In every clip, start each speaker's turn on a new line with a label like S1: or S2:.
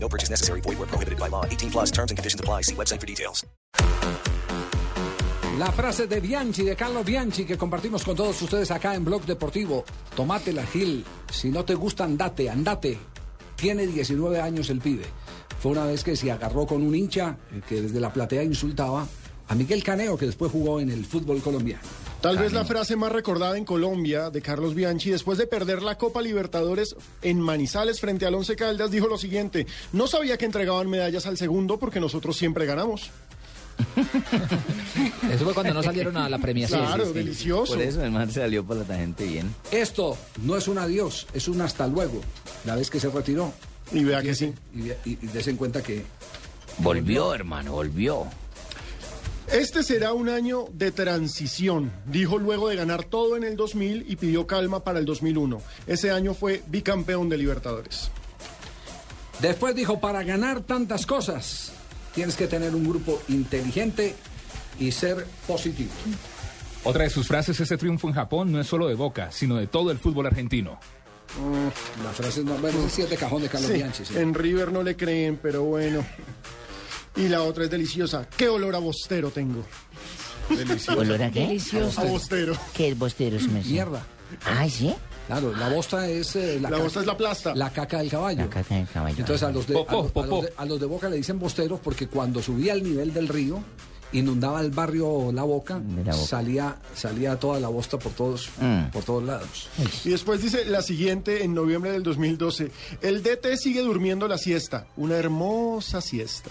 S1: No purchase necessary. Void where prohibited by law. 18 plus terms and conditions apply. See website for details.
S2: La frase de Bianchi, de Carlos Bianchi, que compartimos con todos ustedes acá en Blog Deportivo. Tomátela, Gil. Si no te gusta, andate, andate. Tiene 19 años el pibe. Fue una vez que se agarró con un hincha eh, que desde la platea insultaba a Miguel Caneo, que después jugó en el fútbol colombiano.
S3: Tal vez la frase más recordada en Colombia de Carlos Bianchi después de perder la Copa Libertadores en Manizales frente al Once Caldas dijo lo siguiente, no sabía que entregaban medallas al segundo porque nosotros siempre ganamos.
S4: Eso fue cuando no salieron a la premiación.
S3: Claro, delicioso.
S5: Por eso el man se salió por la gente bien.
S2: Esto no es un adiós, es un hasta luego. La vez que se retiró.
S3: Y vea que sí.
S2: Y, vea- y- y dese en cuenta que
S5: Volvió, hermano, volvió.
S3: Este será un año de transición, dijo luego de ganar todo en el 2000 y pidió calma para el 2001. Ese año fue bicampeón de Libertadores.
S2: Después dijo, para ganar tantas cosas, tienes que tener un grupo inteligente y ser positivo.
S6: Otra de sus frases, ese triunfo en Japón no es solo de Boca, sino de todo el fútbol argentino.
S2: La frase no, bueno, sí es de cajón de Carlos
S3: Sí,
S2: Bianchi. sí.
S3: en River no le creen, pero bueno. Y la otra es deliciosa. ¿Qué olor a bostero tengo?
S7: ¿Olor a qué?
S3: A bostero.
S7: ¿Qué es bosteros,
S3: Mm,
S7: Messi?
S2: Mierda.
S7: Ay, ¿sí?
S2: Claro, la bosta es... eh,
S3: La
S2: caca-
S3: bosta es la plasta.
S2: La caca del caballo.
S7: La caca del caballo.
S2: Entonces a los, de, a,
S6: Popó,
S2: los, a los
S6: popó.
S2: de- a los de Boca le dicen bosteros porque cuando subía el nivel del río, inundaba el barrio La Boca,
S7: De La Boca.
S2: Salía, salía toda la bosta por todos,
S7: Mm.
S2: por todos lados.
S3: Y después dice la siguiente en noviembre del 2012. El DT sigue durmiendo la siesta. Una hermosa siesta.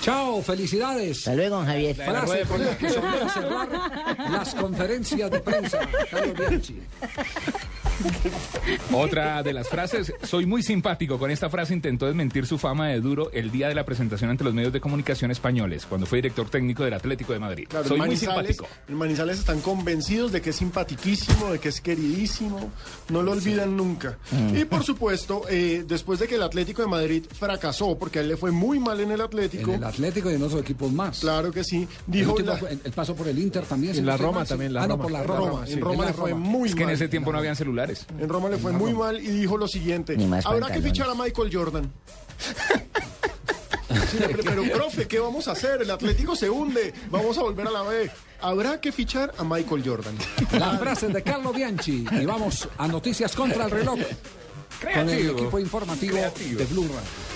S2: Chao, felicidades.
S7: Hasta luego, don Javier.
S2: frase con la que solía cerrar las conferencias de prensa. Carlos Bianchi.
S6: Otra de las frases, soy muy simpático. Con esta frase intentó desmentir su fama de duro el día de la presentación ante los medios de comunicación españoles, cuando fue director técnico del Atlético de Madrid.
S3: Claro,
S6: soy
S3: en,
S6: muy
S3: Manizales,
S6: simpático.
S3: en Manizales están convencidos de que es simpatiquísimo, de que es queridísimo. No lo olvidan nunca. Y por supuesto, eh, después de que el Atlético de Madrid fracasó, porque a él le fue muy mal en el Atlético.
S2: En el Atlético y en otros equipos más.
S3: Claro que sí.
S2: El,
S3: Dijo
S2: último
S3: la-
S2: fue- el- el paso por el Inter también. si
S8: En
S2: no
S8: la
S2: estoy
S8: Roma
S2: mal, sí.
S8: también, la
S2: Ah, no,
S8: Roma.
S2: por la
S3: en
S2: Roma.
S3: Roma.
S2: sí,
S3: En Roma
S2: la
S3: le fue
S2: Roma.
S3: muy
S6: Es que en
S3: mal.
S6: ese tiempo no habían celulares.
S3: En Roma le fue muy mal y dijo lo siguiente.
S7: Ni más
S3: Habrá que
S7: pantalones.
S3: fichar a Michael Jordan. Sí, pero, pero, profe, ¿qué vamos a hacer? El Atlético se hunde. Vamos a volver a la B. Habrá que fichar a Michael Jordan.
S2: Las frases de Carlos Bianchi. Y vamos a noticias contra el reloj. Con el equipo informativo de Blue Radio.